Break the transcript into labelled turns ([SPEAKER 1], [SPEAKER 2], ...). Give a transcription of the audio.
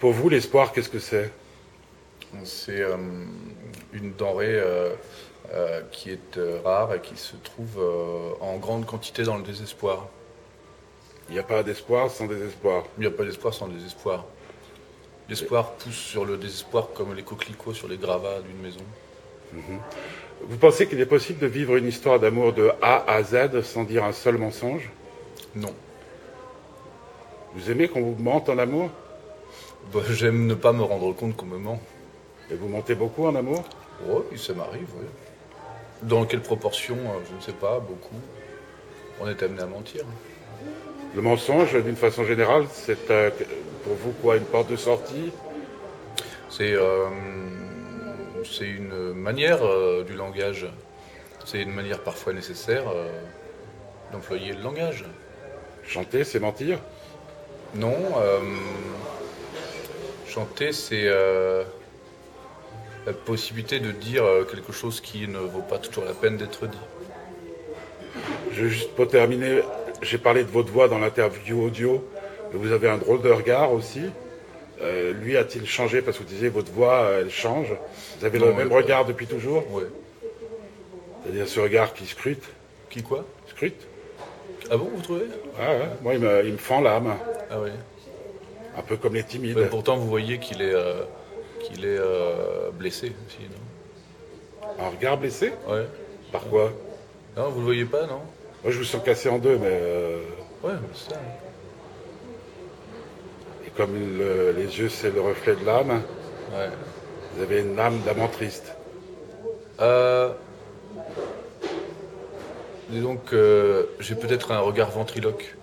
[SPEAKER 1] Pour vous, l'espoir, qu'est-ce que c'est
[SPEAKER 2] C'est euh, une denrée euh, euh, qui est euh, rare et qui se trouve euh, en grande quantité dans le désespoir.
[SPEAKER 1] Il n'y a pas d'espoir sans désespoir.
[SPEAKER 2] Il n'y a pas d'espoir sans désespoir. L'espoir pousse sur le désespoir comme les coquelicots sur les gravats d'une maison.
[SPEAKER 1] Vous pensez qu'il est possible de vivre une histoire d'amour de A à Z sans dire un seul mensonge
[SPEAKER 2] Non.
[SPEAKER 1] Vous aimez qu'on vous mente en amour
[SPEAKER 2] Bah, J'aime ne pas me rendre compte qu'on me ment.
[SPEAKER 1] Et vous mentez beaucoup en amour
[SPEAKER 2] Oh, oui, ça m'arrive, oui. Dans quelle proportion euh, Je ne sais pas, beaucoup. On est amené à mentir.
[SPEAKER 1] Le mensonge, d'une façon générale, c'est euh, pour vous quoi Une porte de sortie
[SPEAKER 2] C'est euh, c'est une manière euh, du langage. C'est une manière parfois nécessaire euh, d'employer le langage.
[SPEAKER 1] Chanter, c'est mentir
[SPEAKER 2] Non, euh, chanter, c'est euh, la possibilité de dire euh, quelque chose qui ne vaut pas toujours la peine d'être dit.
[SPEAKER 1] Je veux juste pour terminer, j'ai parlé de votre voix dans l'interview audio, mais vous avez un drôle de regard aussi. Euh, lui a-t-il changé Parce que vous disiez, votre voix, euh, elle change. Vous avez le
[SPEAKER 2] Non,
[SPEAKER 1] même
[SPEAKER 2] euh,
[SPEAKER 1] regard depuis toujours
[SPEAKER 2] Ouais.
[SPEAKER 1] C'est-à-dire ce regard qui scrute.
[SPEAKER 2] Qui quoi
[SPEAKER 1] Scrute
[SPEAKER 2] Ah bon, vous trouvez
[SPEAKER 1] Ah ouais, moi, il me, il me fend l'âme.
[SPEAKER 2] Ah oui.
[SPEAKER 1] Un peu comme les timides.
[SPEAKER 2] Ouais, pourtant, vous voyez qu'il est, euh, qu'il est euh, blessé aussi, non
[SPEAKER 1] Un regard blessé
[SPEAKER 2] Ouais.
[SPEAKER 1] Par quoi
[SPEAKER 2] Non, vous le voyez pas, non
[SPEAKER 1] Moi, je vous sens cassé en deux, mais... euh,
[SPEAKER 2] Ouais, mais c'est ça.
[SPEAKER 1] et comme le- les yeux, c'est le reflet de l'âme,
[SPEAKER 2] Ouais.
[SPEAKER 1] vous avez une âme d'amant triste.
[SPEAKER 2] Euh, Dis donc, euh, j'ai peut-être un regard ventriloque.